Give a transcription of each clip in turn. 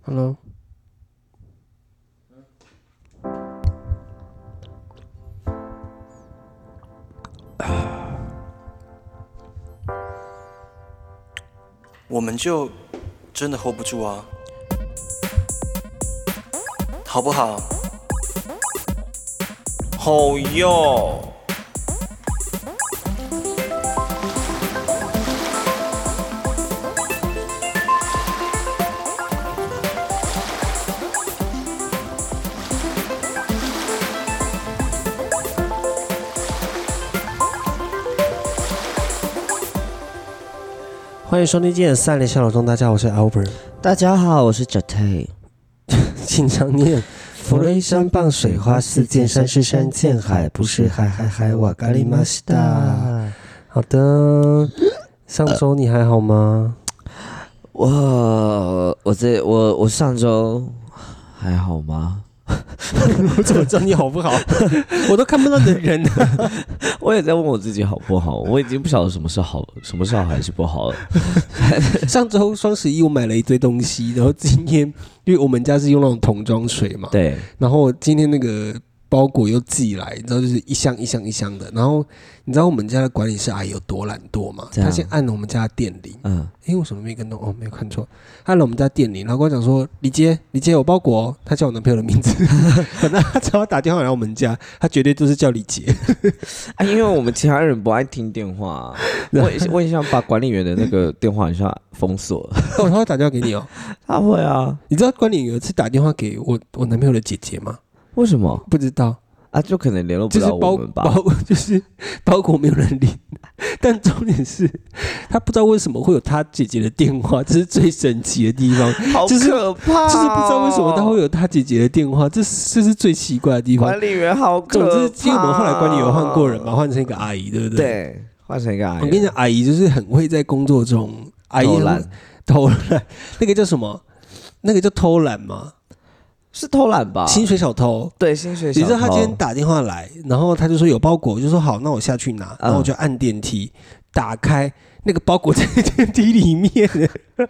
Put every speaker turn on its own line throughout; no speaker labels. Hello，
我们就真的 hold 不住啊，好不好？好哟。
欢迎收听今天的三联小老中，大家好，我是 Albert。
大家好，我是 Jatay。
经常念佛雷山傍水花，四溅山是山，见海不是海，海海瓦咖喱玛西达。好的，上周你还好吗？
我我这我我上周还好吗？
我怎么知道你好不好？ 我都看不到你的 人、
我也在问我自己好不好，我已经不晓得什么是好，什么是好还是不好了。
上周双十一我买了一堆东西，然后今天因为我们家是用那种桶装水嘛，
对，
然后今天那个包裹又寄来，你知道，就是一箱一箱一箱的。然后你知道我们家的管理室阿姨有多懒惰吗？
这样
她先按了我们家的电铃，
嗯，
诶，我什么没跟动？哦，没有看错，按了我们家电铃，然后跟我讲说：“李杰，李杰，有包裹、哦。”她叫我男朋友的名 字，反正她只要打电话来我们家，她绝对都是叫李 杰。
啊，因为我们其他人不爱听电话、啊 我也我也想把管理员的那个电话一下封锁。
哦，她会打电话给你哦。
他会啊？
你知道管理员有一次打电话给我我男朋友的姐姐吗？
为什么
不知道，
啊？就可能联络
就
不
是
到
包
我们吧？
包就是包裹没有人领，但重点是他不知道为什么会有他姐姐的电话，这是最神奇的地方，
好
就是
可怕、哦！
就是不知道为什么他会有他姐姐的电话，这是这是最奇怪的地方。
管理员好可
总
怕。
之，因为我们后来管理员换过人嘛，换成一个阿姨，对不对？。
对，换成一个阿姨。
我跟你讲，阿姨就是很会在工作中，阿姨
偷
很
懒
偷懒， 那个叫什么？那个叫偷懒吗？
是偷懒吧？
薪水小偷。
对薪水小
你知
偷，
道他今天打电话来，然后他就说有包裹，我就说好，那我下去
啊
拿，然后我就按电梯，打开那个包裹在电梯里面，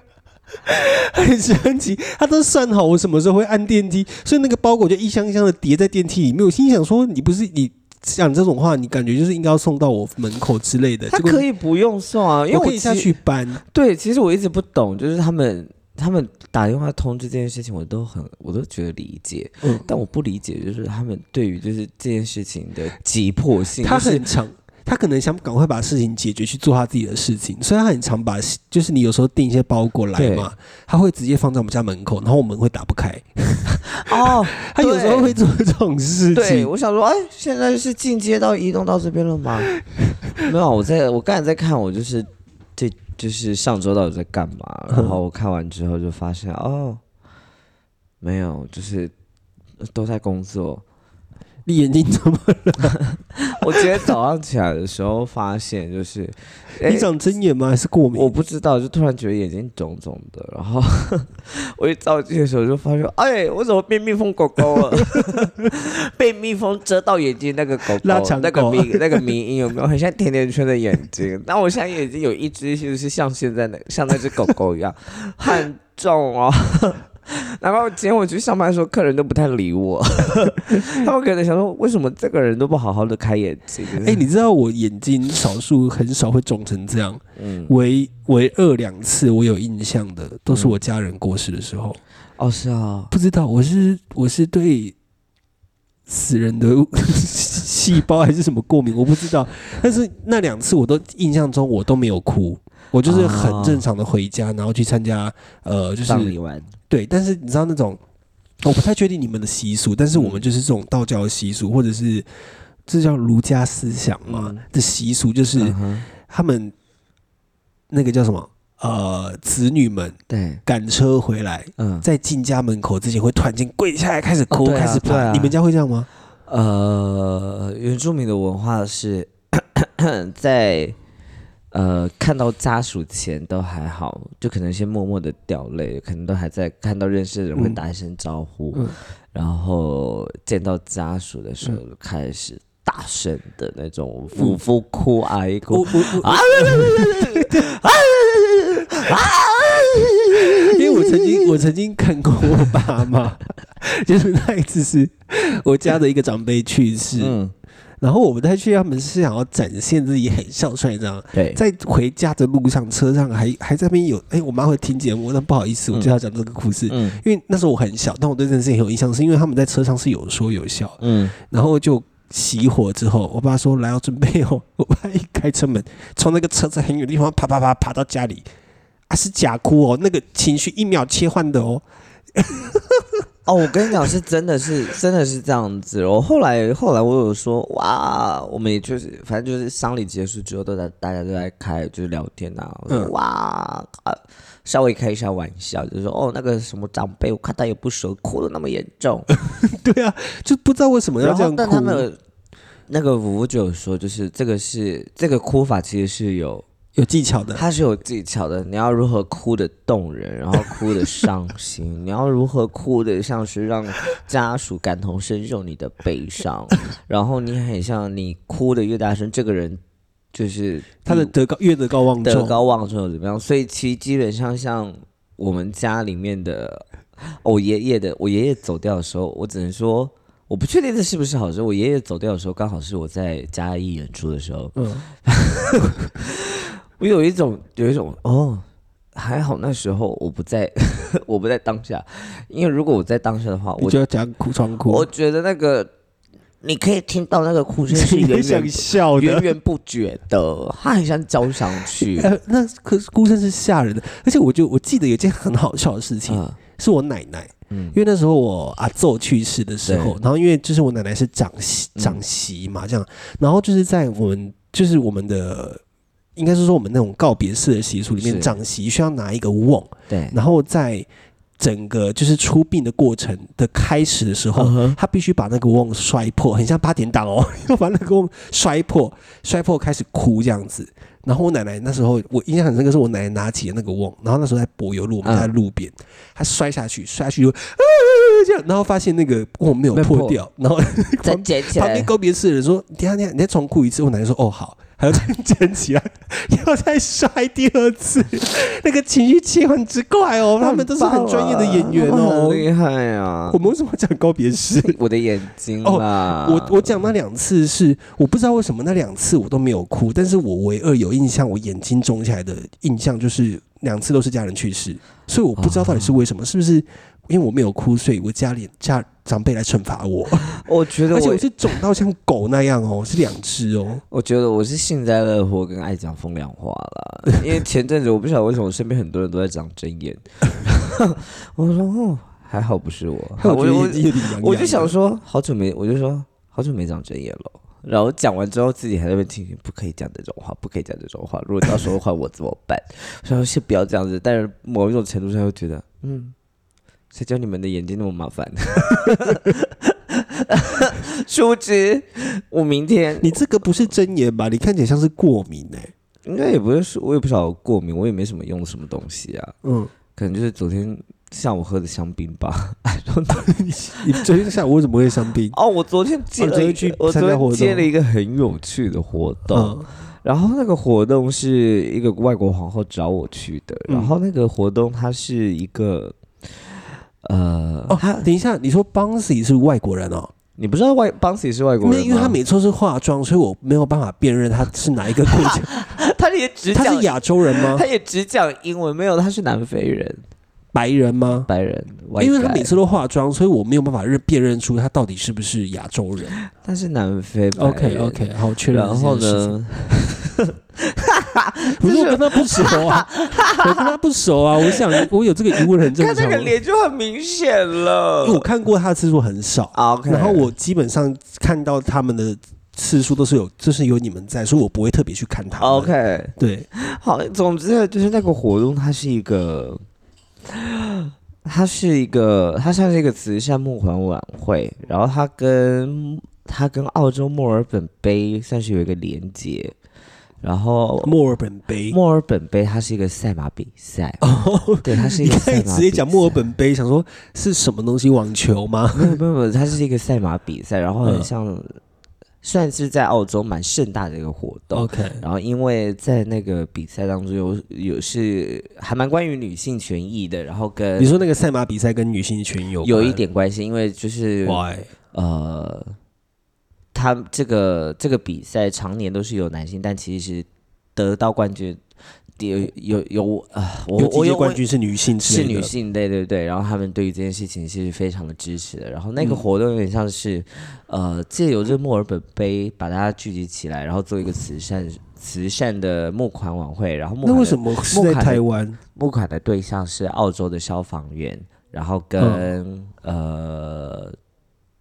很神奇。他都算好我什么时候会按电梯，所以那个包裹就一箱一箱的叠在电梯里面。我心想说，你不是你讲这种话，你感觉就是应该要送到我门口之类的。
他
结果
可以不用送啊，因为
我可以
其
下去搬，
对，其实我一直不懂，就是他们他们打电话通知这件事情，我都很我都觉得理解，
嗯
但我不理解就是他们对于就是这件事情的急迫性，
他
就是
很常。他可能想赶快把事情解决，去做他自己的事情，所以他很常把，就是你有时候订一些包裹来
对
嘛，他会直接放在我们家门口，然后我门会打不开。
哦，
他有时候
对
会做这种事
对，
情。
我想说，哎，现在是进阶到移动到这边了吗？ 没有，我在我刚才在看，我就是这就是上周到底在干嘛，然后我看完之后就发现哦，没有，就是都在工作。
你眼睛怎么？
我今天早上起来的时候发现，就是，哎
你长针眼吗？还是过敏？
我不知道，就突然觉得眼睛肿肿的，然后 我一照镜的时候就发现，哎，我怎么变蜜蜂狗狗 啊了？被蜜蜂蛰到眼睛那个狗狗，
腊肠狗
那个迷那个迷音有没有很像甜甜圈的眼睛？ 但我现在眼睛有一只就是像现在那像那只狗狗一样，很重哦。 然后今天我去上班的时候，客人都不太 理我，他们可能想说，为什么这个人都不好好的开眼睛？
哎、你知道我眼睛少数很少会肿成这样，
嗯，
唯唯二两次我有印象的，都是我家人过世的时候。
哦是啊，
不知道我是我是对死人的 细胞还是什么过敏，我不知道。但是那两次我都印象中我都没有哭，我就是很
啊
正常的回家，然后去参加呃就是
葬礼完，
对，但是你知道那种，我不太确定你们的习俗，但是我们
嗯
就是这种道教的习俗，或者是这叫儒家思想嘛、
嗯
的习俗，就是
嗯哼
他们那个叫什么呃，子女们
对，
赶车回来。
嗯。
在进家门口之前，会突然间跪下来开始哭，
哦对啊
开始
对
爬。
啊
你们家会这样吗？
呃，原住民的文化是 在呃看到家属前都还好，就可能先默默的掉泪，可能都还在看到认识的人会
嗯
打一声招呼，
嗯
然后见到家属的时候就开始大声的那种夫妇哭啊一
我
哭
我，我
啊，
因为我曾经我曾经看过我爸妈，就是那一次是我家的一个长辈去世，
嗯，
然后我们再去他们是想要展现自己很孝顺，你知道吗？
对，
在回家的路上，车上还还在那边有，哎、我妈会听节目，但不好意思，我就要讲这个故事，
嗯
因为那时候我很小，但我对这件事情很有印象，是因为他们在车上是有说有笑，
嗯，
然后就熄火之后，我爸说来要准备 哦，我爸一开车门，从那个车子很远的地方啪啪啪爬到家里，啊是假哭哦，那个情绪一秒切换的哦，
哦，我跟你讲，是真的是真的是这样子。我后来后来我有说，哇，我们也就是反正就是丧礼结束之后，都在大家都在开就是聊天啊，我说
嗯
哇，啊，稍微开一下玩笑，就说哦那个什么长辈，我看他也不熟，哭的那么严重。
对啊，就 不知道为什么要
然
这
后
样哭
但。他们那个五五九说，就是这个是这个哭法其实是有
有技巧的，
它是有技巧的，你要如何哭的动人，然后哭的伤心，你要如何哭的像是让家属感同身受你的悲伤，然后你很像你哭的越大声，这个人就是
他的德高越德高望
嗯德
重，
高望重又怎么样？所以其实基本上像我们家里面的，哦我爷爷的，我爷爷走掉的时候，我只能说我不确定这是不是好事。我爷爷走掉的时候，刚好是我在嘉义演出的时候，
嗯，
我有一种有一种哦，还好那时候我不在， 我不在当下，因为如果我在当下的话，
你
我
就要讲哭床哭，
我觉得那个你可以听到那个哭声是
你
源
很
源
想笑
源
的。
源不绝的，它很像交响 曲。
呃，那可是哭声是吓人的，而且我就我记得有一件很好笑的事情，
嗯
是我奶奶，
嗯
因为那时候我阿奏去世的时候，
对
然后因为就是我奶奶是长媳
嗯
长媳嘛，这样，然后就是在我们就是我们的。应该是说我们那种告别式的习俗里面，
是
长媳需要拿一个瓮，
对，
然后在整个就是出殡的过程的开始的时候，
嗯 哼
他必须把那个瓮摔破，很像八点档哦， 要把那个瓮摔破，摔破开始哭这样子。然后我奶奶那时候，我印象很深刻，是我奶奶拿起了那个瓮，然后那时候在柏油路，我们
嗯
家在路边，她摔下去，摔下去就啊这样，然后发现那个瓮没有
没
破
破
掉， 然后
再
旁
捡起
旁
来
边。告别式的人说：“等一下，等一下，你再重哭一次。”我奶奶说：“哦，好。”还要再捡起来， 要再摔第二次，那个情绪切换之快哦，
啊
他们都是很专业的演员
他们
哦
很。厉害啊
我！们为什么讲告别式？
我的眼睛啊啦，
哦我我讲那两次是我不知道为什么那两次我都没有哭，但是我唯二有印象，我眼睛肿起来的印象就是两次都是家人去世，所以我不知道到底是为
啊
什么，是不是因为我没有哭，所以我家里家长辈来 惩罚我，
我觉得
而且
我
我是肿到像狗那样哦，是两只哦，
我觉得我是幸灾乐祸跟爱讲风凉话啦， 因为前阵子我不晓得为什么我身边很多人都在长针眼，我说哦还好不是我，
我觉得
我
眼睛有点痒痒
我就想
的，
说好久没，我就说好久没长针眼了。然后讲完之后，自己还在那边听，不可以讲这种话，不可以讲这种话。如果到时候换我怎么办？我说先不要这样子，但是某一种程度上又觉得，嗯，谁叫你们的眼睛那么麻烦？ 殊不知，我明天
你这个不是真言吧？你看起来像是过敏哎、
应该也不是说，我也不少过敏，我也没什么用什么东西啊，
嗯，
可能就是昨天下午喝的香槟吧。
你昨天下午为什么会生病？
哦，我昨天接
哦你
了
昨
一
天去
个，我
参加
昨天
活
接
动
了一个很有趣的活动，
嗯
然后那个活动是一个外国皇后找我去的，
嗯
然后那个活动它是一个，呃，
哦，等一下，你说 Bouncy 是外国人哦？
你不知道外 Bouncy 是外国
因
人
为
吗？
因为他每次都是化妆，所以我没有办法辨认他是哪一个国家。
他也只
他
讲
是亚洲人吗
他？也只讲英文，没有他是南非人，
白人吗？
白人，
因为
white
他每
guy
次都化妆，所以我没有办法认辨认出他到底是不是亚洲人。
他是南非白
OK
人
OK，好，确认。
然后？呢？
不是我跟他不熟 啊，我跟他不熟啊。我想我有这个疑问很正
看
常
那
啊。
个脸就很明显了
因为。我看过他的次数很少，
啊，OK。
然后我基本上看到他们的次数都是有，就是有你们在，所以我不会特别去看他们。
OK，
对，
好，总之就是那个活动，它是一个， 它是一个，它像是一个慈善募款晚会，然后它跟它跟澳洲墨尔本杯算是有一个连接，然后
墨尔本杯。
墨尔本杯它是一个赛马比赛，
哦，
对，它是一
你
个
可
赛
以
马
直接
比
讲墨尔
赛
本杯，想说是什么东西？网球吗？
没有没有，没有，它是一个赛马比赛，然后很
嗯
像，算是在澳洲蛮盛大的一个活动。
OK，
然后因为在那个比赛当中有有是还蛮关于女性权益的，然后跟
你说那个赛马比赛跟女性群有
有
关
一点关系，因为就是
why？
呃，他这个这个比赛常年都是有男性，但其实得到冠军有有有啊、我
有
我
几届
有
冠军是女性之
是
类的，
女性，对对对，然后他们对于这件事情是非常的支持的。然后
嗯
那个活动有点像是，呃，借由这墨尔本杯把大家聚集起来，然后做一个慈善慈善的募款晚会。然后
那
募款
为
的
什么是
木
在
卡的
台湾？
募款的对象是澳洲的消防员，然后跟、
嗯
呃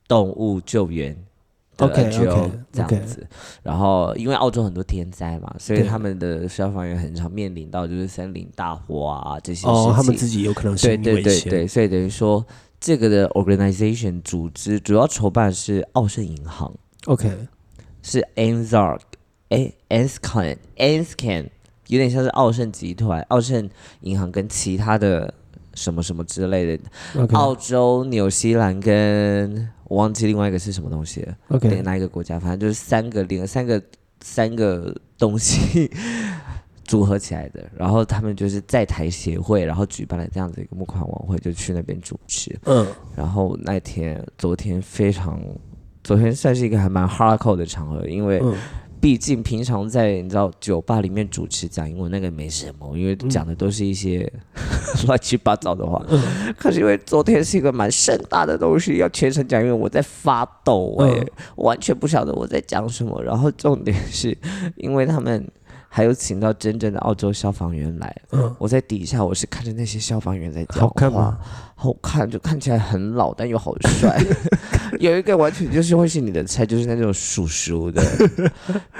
动物救援的
OK，OK，OK
NGO 这样子。然后因为澳洲很多天灾嘛，所以
对
他们的消防员很常面临到就是森林大火啊这些事情。
哦，他们自己有可能
对
是
对
危
对
险。
对，所以等于说这个的 organization 组织主要筹办是澳盛银行，
OK，
是 Anzac，哎 Anscan Anscan，有点像是澳盛集团、澳盛银行跟其他的什么什么之类的，澳
OK
洲、纽西兰跟我忘记另外一个是什么东西了，对
OK，
哪一个国家，反正就是三个零三个三个东西 组合起来的。然后他们就是在台协会，然后举办了这样子一个募款晚会，就去那边主持。
嗯，
然后那天昨天非常，昨天算是一个还蛮 hardcore 的场合，因为
嗯
毕竟平常在你知道酒吧里面主持讲英文那个没什么，因为讲的都是一些
嗯
乱七八糟的话。可是因为昨天是一个蛮盛大的东西，要全程讲英文，我在发抖哎、
嗯
我完全不晓得我在讲什么。然后重点是因为他们。还有请到真正的澳洲消防员来，
嗯
我在底下我是看着那些消防员在讲
好看
话
吗？
好看，就看起来很老，但又好帅。 有一个完全就是会是你的菜，就是那种叔 叔的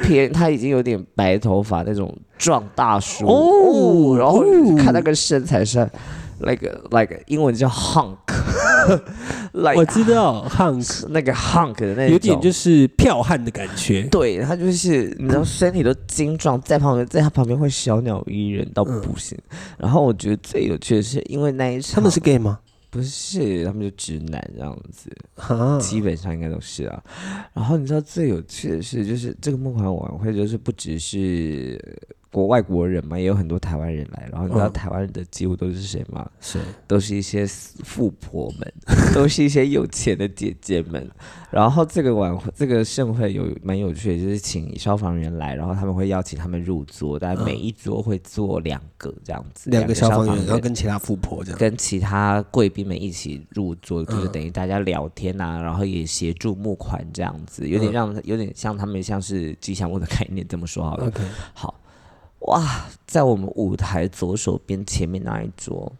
偏，他已经有点白头发那种壮大叔
哦
然后
哦
看那个身材上，那个那个英文叫 hunk，like
我知 道 Hank
那个 hunk 的哎那种，
有点就是剽悍的感觉。
对他就是你知道身体都精壮，在旁边在他旁边会小鸟依人到不行。然后我觉得最有趣的是，因为那一场
嗯他们是 gay 吗？
不是他们就直男这样子，
啊，
基本上应该都是啊。然后你知道最有趣的是，就是这个募款晚会，就是不只是国外国人嘛，也有很多台湾人来。然后你知道
嗯
台湾人的几乎都是谁吗？
是
都是一些富婆们， 都是一些有钱的姐姐们。然后这个晚会，这个盛会有蛮有趣的，就是请消防员来，然后他们会邀请他们入座，但每一桌会坐两个这样子，
嗯两个消防
员
员，，然后跟其他富婆这样。嗯
跟其他贵宾们一起入座，就是等于大家聊天啊，然后也协助募款这样子，有
嗯
点让有点像他们像是吉祥物的概念，这么说好了。
OK，
好，哇，在我们舞台左手边前面那一桌，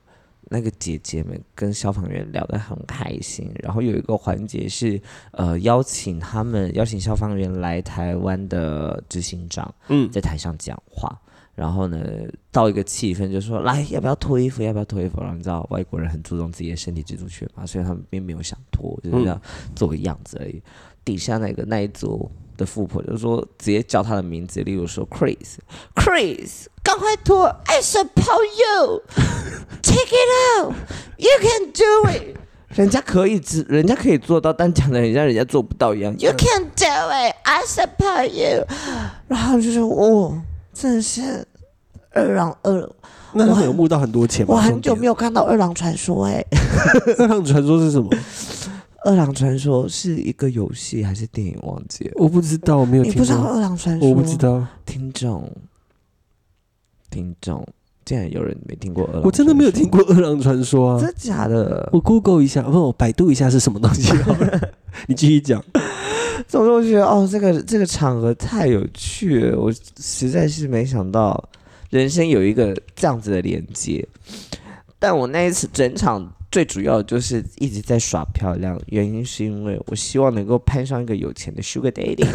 那个姐姐们跟消防员聊得很开心，然后有一个环节是呃邀请他们邀请消防员来台湾的执行长，
嗯
在台上讲话。然后呢，到一个气氛就说来，要不要脱衣服？要不要脱衣服？然后你知道外国人很注重自己的身体自主权嘛，所以他们并没有想脱，就是要做个样子而已。底下那个那一组的富婆就说，直接叫他的名字，例如说 Chris，Chris，赶快脱，爱上朋 友，Take it out，You can do it。人家可以知，人家可以做到，但讲的很像人家做不到一样。You can do it, I support you。然后就是哦，真的是二郎二，
那他们有募到很多钱吗？
我很久没
有。
有看到二郎传说哎、
那趟传说是什么？
二郎传说是一个游戏还是电影？忘记了。
我不知道，我没有
你
听
不知道
过。
二郎传说？
我不知。道，
听众，听众，竟然有人没听过二郎，
我真的没有听，过《饿狼传说》啊
真。的假的？
我 Google 一下，不，我百度一下是什么东西 好了。你继续讲。
总之我觉得哦，这个这个场合太有趣了，我实在是没想到人生有一个这样子的连接。但我那一次整场最主要就是一直在耍漂亮，原因是因为我希望能够攀上一个有钱的 Sugar Daddy，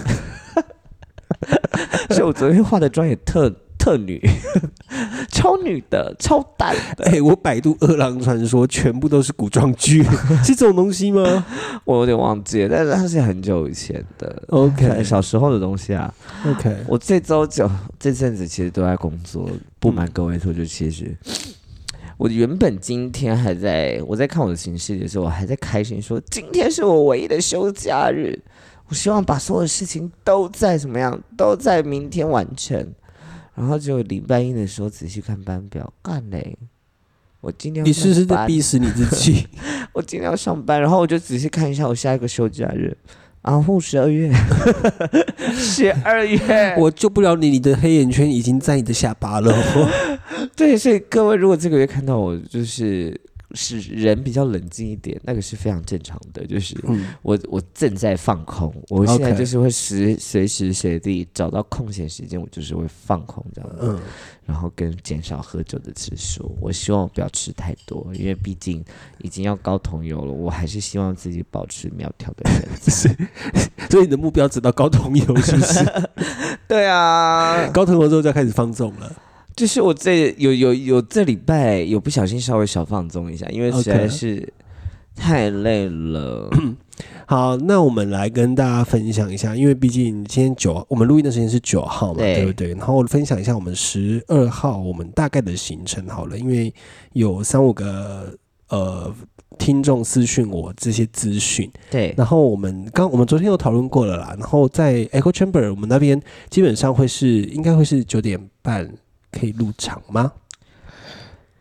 所以我昨天化的妆也特特女， 超女的，超淡的。
哎、我百度《饿狼传说》，全部都是古装剧， 是这种东西吗
我有点忘记了，但是它是很久以前的，
？OK
小时候的东西啊。
OK，
我这周就这阵子其实都在工作，不瞒各位说，就其实 我原本今天还在我在看我的行事历的时候，我还在开心说今天是我唯一的休假日。我希望把所有事情都在怎么样，都在明天完成。然后只有礼拜一的时候仔细看班表，干嘞！我今天要
你是不是
上班
在逼死你自 己？
我今天要上班，然后我就仔细看一下我下一个休假日，然后十二月， 十二月，
我救不了你，你的黑眼圈已经在你的下巴 了。
对，所以各位如果这个月看到我就是是人比较冷静一点，那个是非常正常的，就是
嗯，
我 我正在放空，我现在
OK
就是会时随时随地找到空闲时间，我就是会放空这样子，
嗯
然后跟减少喝酒的次数。我希望我不要吃太多，因为毕竟已经要高酮油了，我还是希望自己保持苗条的 身材。
所以你的目标只到高同油，是不 是？
对啊，
高同油之后就要开始放纵了。
就是我这有有有这礼拜有不小心稍微小放纵一下，因为实在
OK
是太 累了。
好，那我们来跟大家分享一下，因为毕竟今天九，我们录音的时间是九号嘛，
对
对不对？然后分享一下我们十二号我们大概的行程好了，因为有三五个呃听众私讯我这些资讯，
对，
然后我们刚我们昨天有讨论过了啦，然后在 Echo Chamber 我们那边基本上会是应该会是九点半可以入场吗？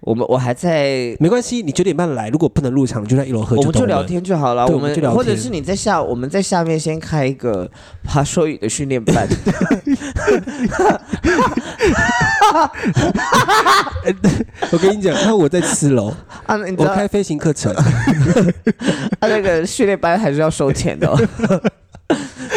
我们我还在。
没关系，你九点半来，如果不能入场，你就在一楼喝酒
我
等我
们就聊。天就好了，
对我
我们
们就聊天
或者是你在下，我们在下面先开一个爬说语的训 练班，
我跟你讲，那我在四楼，
啊， 你知
我
道
开飞行课程，
他那个训练班还是要收钱 的、哦，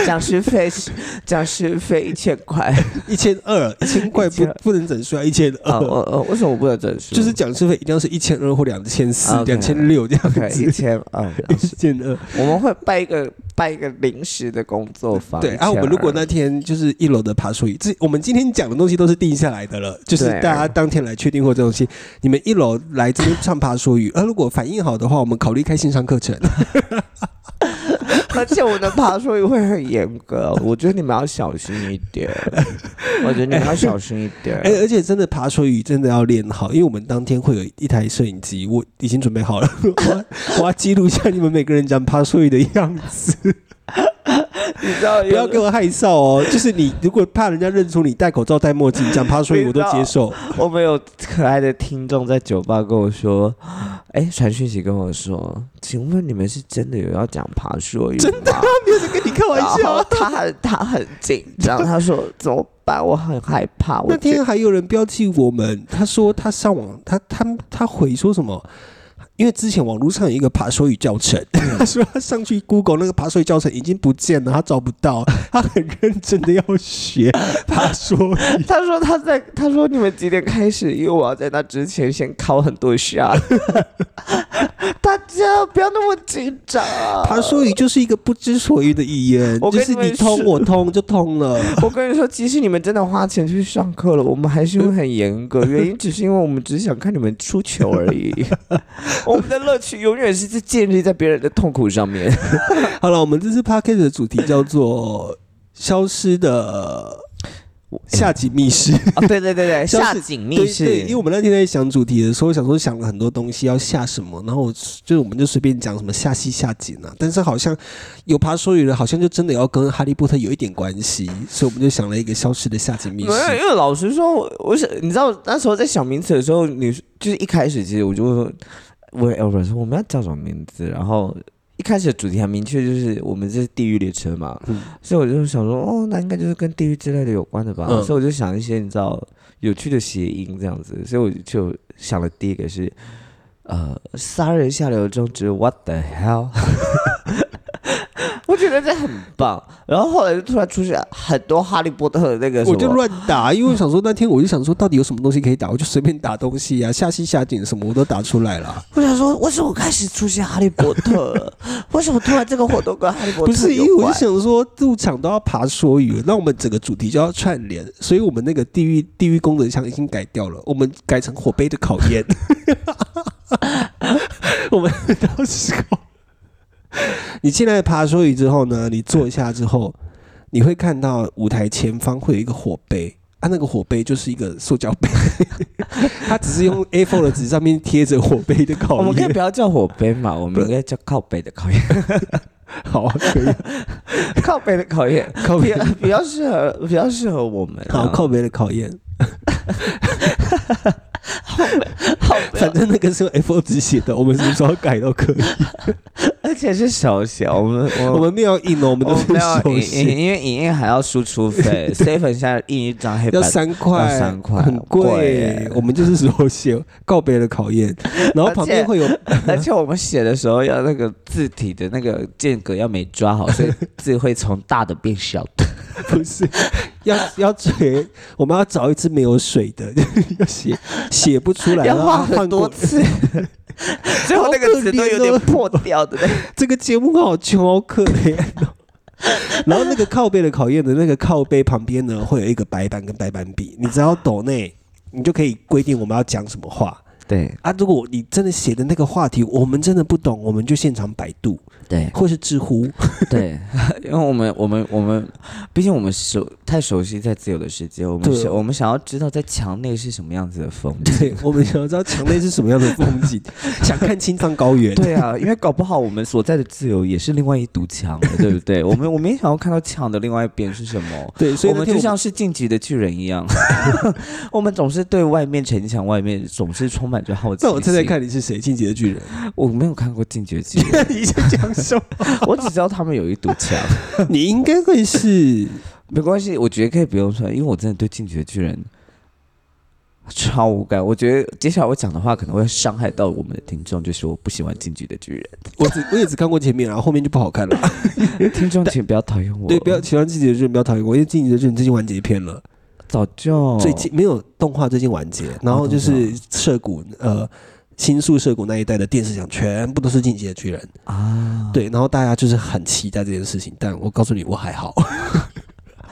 讲师费是讲师费一千 块
一千二，一千块不
1200
不能整数啊，一千
啊，
二，
我我为什么我不能整数？
就是讲师费一定要是一千二或两千四、
OK
两千六这样
OK 一
子。
千啊，
一千二，
我们会办一个办一个临时的工作坊。
对啊，我们如果那天就是一楼的爬树椅，这我们今天讲的东西都是定下来的了，就是
对
大家当天来确定过这东西。你们一楼来这边唱爬树 椅，而啊如果反应好的话，我们考虑开线上课程。
而且我的爬说语会很严格，我觉得你们要小心一点，我觉得你们要小心一点。
哎、而且真的爬水鱼真的要练好，因为我们当天会有一台摄影机，我已经准备好了， 我要我要记录一下你们每个人讲爬水鱼的样子，
你知道有
不要给我害臊哦。就是你如果怕人家认出你戴口罩戴墨镜讲爬水鱼，我都接受。
我们有可爱的听众在酒吧跟我说，哎、传讯息跟我说，请问你们是真的有要讲爬树语吗？真的，
没有在跟你开玩
然后
笑。啊
他很他很紧张，他 说怎么办？我很害怕。我
那
觉
天还有人标记我们，他说他上网，他他他回说什么？因为之前网络上有一个爬手语教程，
嗯
他说他上去 Google 那个爬手语教程已经不见了，他找不到，他很认真的要学爬 手语。
得他说他在他说你们几点开始？因为我要在那之前先考很多 下。大家不要那么紧张。
爬手语就是一个不知所云的语言，
我
就
跟
是
你们
你通
说
我通就通了。
我跟你说，即使你们真的花钱去上课了，我们还是会很严 格，原因只是因为我们只是想看你们出糗而 已。我们的乐趣永远是在建立在别人的痛苦上面。
好了，我们这次 p a c k a g e 的主题叫做 “消失的下级密室”。
啊，对对对对，
像
下
是对
井密
对，因为
室
我。们那天在想主题的时候，想说想了很多东西要下什么，然后我就是我们就随便讲什么下戏下井啊，但是好像有爬说语人，好像就真的要跟哈利波特有一点关系，所以我们就想了一个消失的下井密
没
室。
有，因为老实说，我我想，你知道那时候在想名词的时候，你就是一开始其实我就会说，我 Albert 说我们要叫什么名字，然后一开始的主题很明确，就是我们这是地狱列车嘛，
嗯
所以我就想说，哦，那应该就是跟地狱之类的有关的吧，
嗯
所以我就想一些你知道有趣的谐音这样子，所以我就想了第一个是，呃，杀人下流中指 What the hell？我觉得这很棒，然后后来就突然出现很多哈利波特的那个什
我
么，
就乱打，因为我想说那天我就想说到底有什么东西可以打，我就随便打东西啊，下戏下井什么我都打出来了。
我想说，为什么开始出现哈利波特了？为什么突然这个活动跟哈利波
不
特
是，因
有
为我
关
就？想说入场都要爬梭鱼，那我们整个主题就要串联，所以我们那个地狱地狱功能箱已经改掉了，我们改成火杯的考验。我们到时候， 你进来爬梭鱼之后呢，你坐下之后，你会看到舞台前方会有一个火杯。啊，那个火杯就是一个塑胶杯，它只是用 A4 的纸上面贴着火杯的考验。
我们可以不要叫火杯嘛，我们应该叫靠北的考验。
好啊，可以。
靠背的考验，
靠
比
背
较比较适合比较适合我们、啊。
好靠背的考 验，
靠背
反，正那个是用 F 字写的，我们什么时候改都 可以。
而且是手写，我们我
我们没有印哦，我们
我
都
们
是
没有
手
影
写，
影，因为影印还要输 出费，seven 现在印一张黑
要
板
三
要
块，
三块
很贵
贵。
我们就是手写告别的考 验，然后旁边会有
而且我们写的时候要那个字体的那个间隔要没抓好，所以字会从大的变小的。
不是要要写，我们要找一支没有水的， 要写写不出来，
要
然后
画很
换
多
过
次， 最后那个字都有点破掉的。
这个节目好穷，好可怜、哦。 然后那个靠背的考验的那个靠背旁边呢，会有一个白板跟白板笔，你只要抖内，你就可以规定我们要讲什么话
对
啊。如果你真的写的那个话题我们真的不懂，我们就现场百度
对
或是知乎。
对， 因为我们我们我们，毕竟我们熟太熟悉在自由的世界，我们
对
是我们想要知道在墙内是什么样子的风景。
对，我们想要知道墙内是什么样的风 景，想看青藏高原。
对啊，因为搞不好我们所在的自由也是另外一堵墙 的，对不对？我们我们也想要看到墙的另外一边是什么。
对，所以
我
那
们
天
就像是晋级的巨人一 样，我们总是对外面城墙外面总是充满着好奇。
那我猜猜，看你是谁？进击的巨人？
我没有看过晋级的巨人，
你在讲什么？
我只知道他们有一堵 墙。
你应该会是
没关系，我觉得可以不用说，因为我真的对晋级的巨人 超无感。我觉得接下来我讲的话可能会伤害到我们的听众，就是我不喜欢晋级的巨人。
我只我也只看过前面，然后后面就不好看了。
听众请不要讨厌我，
对，不要喜欢自己的剧，不要讨厌我，因为《进击的巨人》最近完结篇了，
早就
最近没有动画，最近完结，然后就是涉谷呃新宿涉谷那一带的电视奖全部都是《进击的巨人》，
啊，
对，然后大家就是很期待这件事情，但我告诉你，我还好，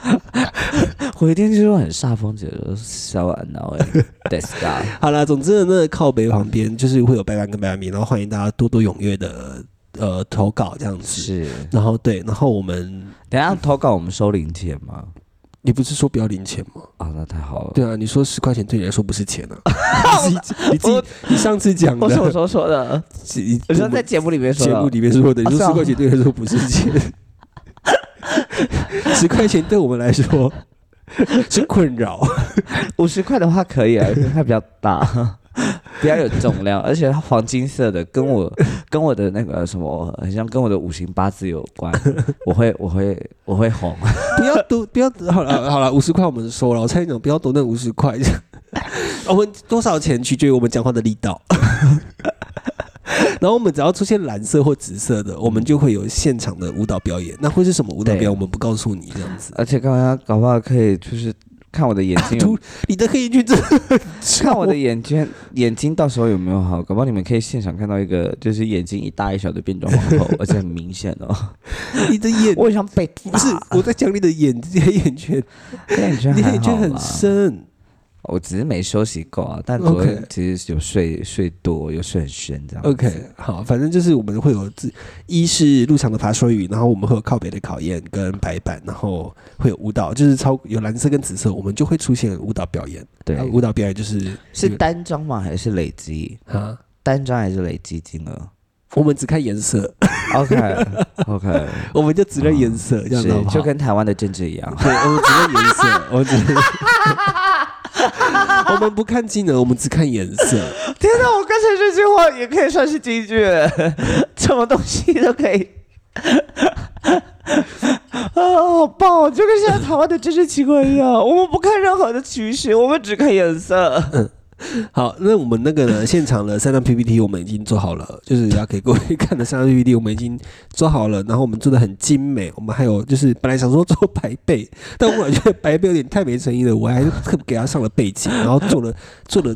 回天之路很煞风景的小安娜 哎 d e s g a
好啦，总之呢，那个靠北旁边就是会有白板跟白板笔，然后欢迎大家多多踊跃的呃投稿这样子，
是。
然后对，然后我们
等一下投稿我们收零钱吗？
你不是说不要零钱吗？
啊，那太好了。
对啊，你说十块钱对你来说不是钱 啊，你自己你自己你上次讲
我是我
的，
说说 的，
你
我说在节目里面 说
节
的。
目里面说的，
啊
你
是
说
啊
十块钱对他来说不是钱， 十块钱对我们来说 是困扰。
五十块的话可以啊，因为它比较大， 比较有重量，而且它黄金色的，跟我跟我的那个什么，很像跟我的五行八字有关。我会我会我会红，
不要多，不要好了好了，五十块我们收了。我猜你讲不要多那五十块， 我们多少钱取决于我们讲话的力道。 然后我们只要出现蓝色或紫色的，我们就会有现场的舞蹈表演。那会是什么舞蹈表
对
演？我们不告诉你这样子。
而且刚刚搞不好可以就是看我的眼 睛有
突你的黑眼圈真的很重
看我的眼睛，眼睛到时候有没有好？搞不好你们可以现场看到一个，就是眼睛一大一小的变装皇后，而且很明显 哦。
你的眼
我也想被打
不是我在讲你的眼黑眼圈，
黑眼圈
你黑
还
眼
好
圈很
啦
深。
我只是没休息够啊。但昨
OK
天其实有睡睡多，有睡很深这样子。啊
OK，好，反正就是我们会有自一是入场的爬说语，然后我们会有靠北的考验跟白板，然后会有舞蹈，就是超有蓝色跟紫色，我们就会出现舞蹈表演。
对
啊，舞蹈表演就是
是单张吗？还是累积？
啊，
单张还是累积金额
我们只看颜色，
？OK OK，
我们就只认颜色，这样子好
啊是
不好
就跟台湾的政治一样。
对，我们只认颜色，我们只。 我们不看金额，我们只看颜色。
天哪，我刚才这句话也可以算是京 剧，什么东西都可以。 啊，好棒哦！就跟现在台湾的真实情况一样，我们不看任何的趋势，我们只看颜色。
好，那我们那个呢，现场的三张 PPT 我们已经做好了，就是要给各位看的三张 PPT 我们已经做好了，然后我们做的很精美，我们还有就是本来想说做白背，但我觉得白背有点太没诚意了，我还是特别给他上了背景，然后做了做了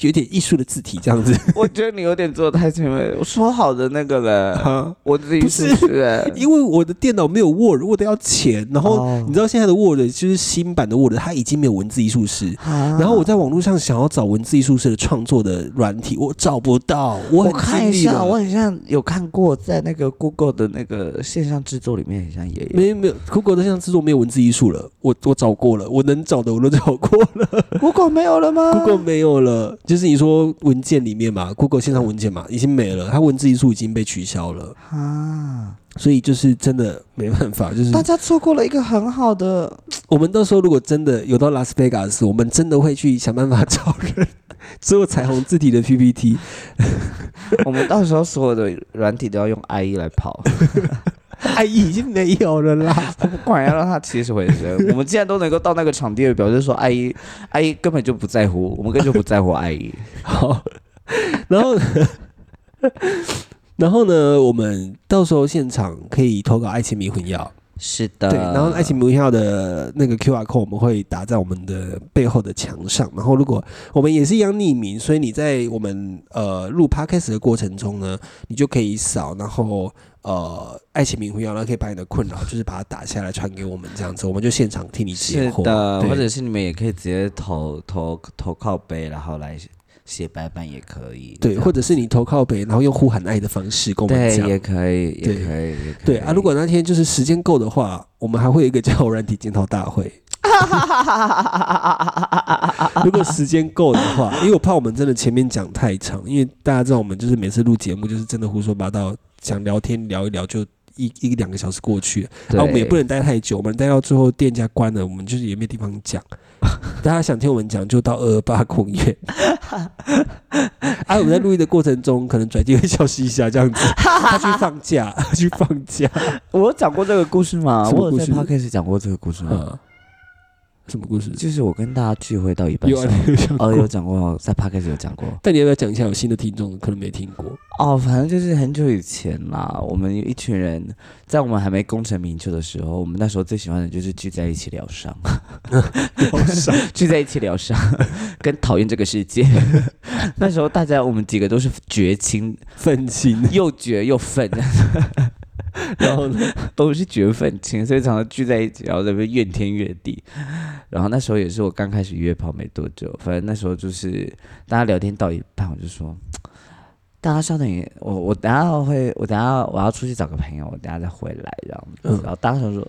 有点艺术的字体这 样子。
我觉得你有点做得太前面，我说好的那个嘞，我自己
不是
出去嘞。
因为我的电脑没有 Word，我得要钱，然后
哦
你知道现在的 Word 就是新版的 Word，它已经没有文字艺术师。
啊
然后我在网络上想要找文字艺术师的创作的软体，我找不到。我
我
很
看
尽
一
力
下，
了
我很像有看过，在那个 Google 的那个线上制作里面，很像也有。
没有没有，Google 的像制作没有文字艺术了，我我找过了，我能找的我都找过了
Google 没有了吗
，Google 没有了， 就是你说文件里面嘛，Google 线上文件嘛，已经没了，它文字一术已经被取消了，
啊！
所以就是真的没办法，就是
大家错过了一个很好的，
我们到时候如果真的有到拉斯维加斯，我们真的会去想办法找人做彩虹字体的 PPT。
我们到时候所有的软体都要用 IE 来跑，
哎，已经没有了啦，
不管要让它起死回 生。我们既然都能够到那个场地了，表示说 IE IE E 根本就不在乎，我们根本就不在乎 E IE。
好，然后。 然后呢，我们到时候现场可以投稿爱情迷魂药，
是的，
对，然后爱 情迷药的那个 QR code 我们会打在我们的背后的墙上。然后，如果我们也是一样匿名，所以你在我们呃录 podcast 的过程中呢，你就可以扫，然后呃爱情迷魂药，然后可以把你的困扰就是把它打下来传给我们，这样子我们就现场替你解
是
惑。
的，
对
或者是你们也可以直接投投投靠背，然后来写白板也可以。
对，或者是你投靠北，然后用呼喊爱的方式跟我们
对
讲。
也可以，也
对
可以，也可以
对啊，如果那天就是时间够的话，我们还会有一个叫软体检讨大会。 如果时间够的话，因为我怕我们真的前面讲太长，因为大家知道我们就是每次录节目就是真的胡说八道，想聊天聊一聊就一一两个小时过去了，然啊后我们也不能待太久，我们待到最后店家关了，我们就是也没地方 讲。大家想听我们讲，就到二二八公园。啊，我们在录音的过程中，可能转机会消息一下这样 子，他去放假，他去放假。
对我有讲过这个故事吗？
什么
我有在
故事
podcast 讲过这个故事吗？
啊，什么故事？
就是我跟大家聚会到一半
有
上
啊，你有想过？
哦，有讲过，在 podcast 有讲过。
但你要不要讲一下？有新的听众可能没听过。
哦，反正就是很久以前啦，我们有一群人在我们还没功成名就的时候，我们那时候最喜欢的就是聚在一起疗伤， 啊聚在一起疗伤，跟讨厌这个世 界。那时候大家我们几个都是绝情，
愤青，
又绝又愤，
然
啊
后呢？
都是绝愤青，所以常常聚在一起，然后在那边怨天怨地。然后那时候也是我刚开始约炮没多久，反正那时候就是大家聊天到一半，我就说。大家稍等一，我我等下会，我等下我要出去找个朋友，我等下再回来这样子。
嗯
然后大家想说，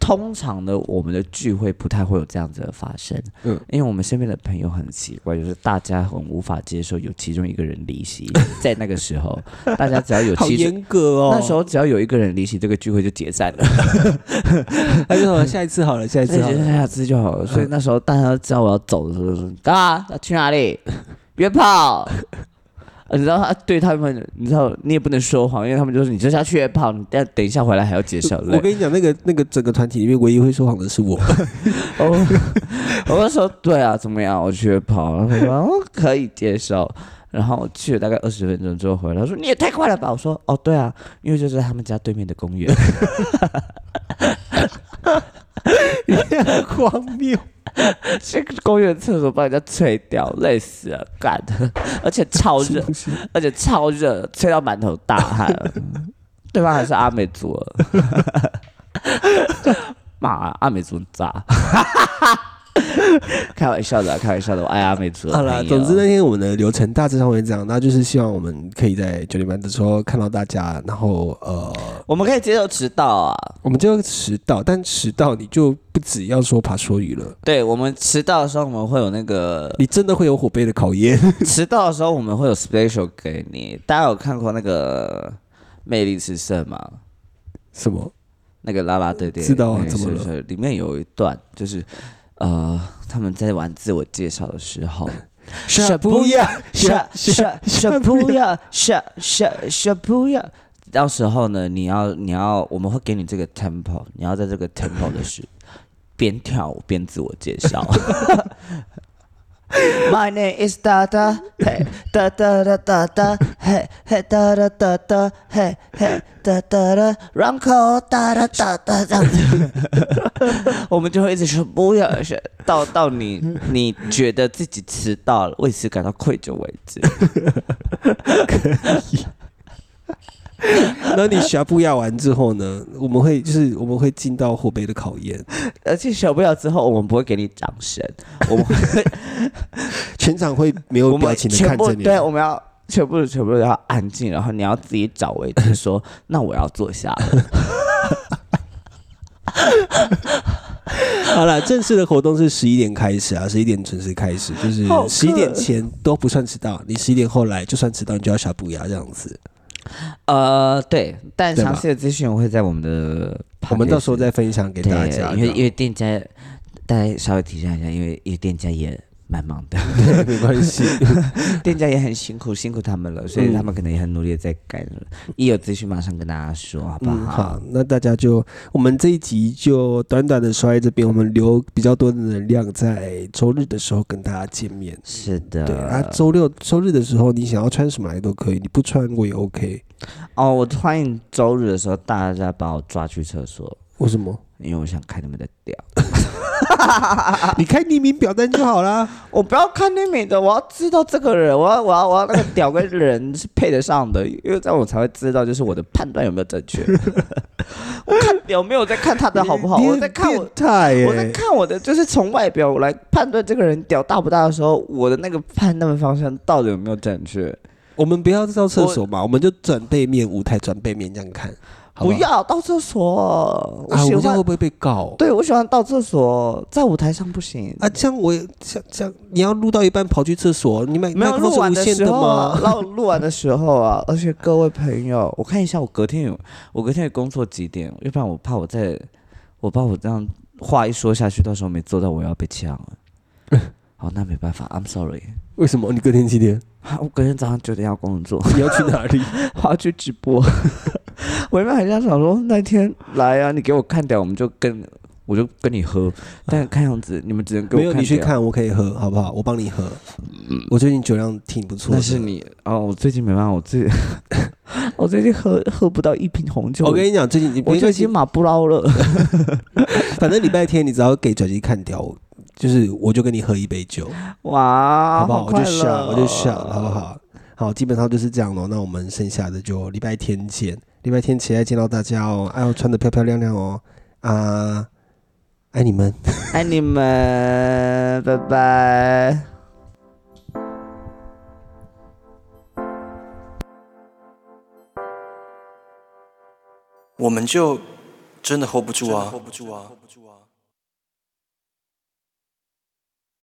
通常的我们的聚会不太会有这样子的发生，
嗯
因为我们身边的朋友很奇怪，就是大家很无法接受有其中一个人离席，在那个时候，大家只要有
好
其中
严格哦。
那时候只要有一个人离席，这个聚会就解散了。
他就说哎下一次好了，下一
那
次好
就
了。
下次就好了。所以那时候大家都知道我要走的时候，就说：“干嘛？要去哪里？ 约炮。 呃”你知道他对他们，你知道你也不能说谎，因为他们就说你就是要去约炮，你但等一下回来还要解小
我
累。
跟你讲，那个那个整个团体里面唯一会说谎的是我。
我哦我就说对啊，怎么样？我去约炮，然后他说哦可以接受。然后我去了大概二十分钟之后回来，他说你也太快了吧！我说哦对啊，因为就在他们家对面的公园。
荒 谬！
这个公园厕所把人家吹掉，累死了，干！ 而且超 热，而且超热，吹到满头大 汗。对方还是阿美 族了，妈，阿美族很 渣！开玩笑的，开玩笑的，我爱阿美族的
好
朋友。
啦，总之那天我们的流程大致上会这样，那就是希望我们可以在九点半的时候看到大家，然后呃，
我们可以接受迟到啊。
我们就迟到，但迟到你就不只要说爬说语了，
对我们迟到的时候，我们会有那 个
你真的会有火杯的考验。
迟到的时候，我们会有 special 给你。大家有看过那个《魅力之圣》吗？
什么？
那个啦啦队队，
知道啊
那个
怎么了
是是里面有一段就是，呃，他们在玩自我介绍的时候， 啊
是啊不要， 是是是 不要，
要，是是是不要。到时候呢，你要你要，我们会给你这个 tempo，你要在这个 tempo 的 时，边跳舞边自我介绍。My name is da da, hey da da da da da, hey hey da da da da, hey hey da da da, Ranko da da da da 这样子， 我们就会一直说不要是到到你你觉得自己迟到了，为此感到愧疚为止。
然后你学不要完之后呢，我们会就是我们会进到火杯的考验，
而且学不了之后，我们不会给你掌声，我们 会
全场会没
我
有表
们
情的
全
看
部
着你。
对，我们要全部全部都要安静，然后你要自己找位 置说，那我要坐下了。
好了，正式的活动是十一点开始啊，十一点准时开始，就是
好
十一
饿
点前都不算迟到，你十一点后来就算迟到，你就要小补牙这样子。
呃，对，但
对吧
详细的资讯我会在我们的，
我们到时候再分享给
对
大家。
因为因
这 样
为店家，大家稍微提醒一下，因为因为店家也蛮忙 的，
对没关系，
店家也很辛苦，辛苦他们了，所以
嗯
他们可能也很努力的在改了。一有资讯马上跟大家说，好 不
嗯，
好？
好，那大家就我们这一集就短短的刷在这边，我们留比较多的能量在周日的时候跟大家见面。
是的，
对啊，周六、周日的时候，你想要穿什么来都可以，你不穿我也 OK。
哦，我欢迎周日的时候大家把我抓去厕所，
为什么？
因为我想看他们的屌。啊
你开匿名表单就好啦。
我不要看那美的，我要知道这个人，我要我要我要那个屌跟人是配得上的，因为这样我才会知道，就是我的判断有没有正确。 我看屌没有在看他的好不好，
你
我
很
在看我
变态欸耶、
我在看我的，就是从外表来判断这个人屌大不大的时候，我的那个判断方向到底有没有正确？
我们不要到厕所嘛，我们就转背面舞台，转背面这样看。好
不
好
要到厕所，我
啊！
喜
我这样
欢，
会不会被告？
对我喜欢到厕所，在舞台上不行
啊，这样我也像这样，你要录到一半跑去厕所，你买
没
麦克
有
风
录
是
完
无
的
线
时候啊，
吗？
录录完的时候啊，而且各位朋友，我看一下我隔天有我隔天有工作几点，要不然我怕我在，我怕我这样话一说下去，到时候没做到，我要被呛啊了。 好，那没办法，I'm sorry。
为什么？你隔天几 点？
我隔天早上九点要工作，
你要去哪里？
我要去直 播。我原本很想想说那天来啊，你给我看掉，我们就跟我就跟你喝，但看样子你们只能给
没
我
有，
看
你去
掉。
看，我可以喝，好不好？我帮你喝。我最近酒量挺不错的。
但是你哦，我最近没办法，我最 我最近喝喝不到一瓶红酒，
我跟你讲，最近你
我
没
就
关
已
系
经，马不 捞了。
反正礼拜天你只要给转机看掉，就是我就跟你喝一杯酒，
哇，
好不好？我就
快乐
想，我就想，好不？好？好，基本上就是这样咯。那我们剩下的就礼拜天见，礼拜天期待见到大家哦。哎呦，穿的漂漂亮亮哦，啊，爱你们。
爱你们，拜拜。
我们就真的 hold 不住啊，hold 不住啊。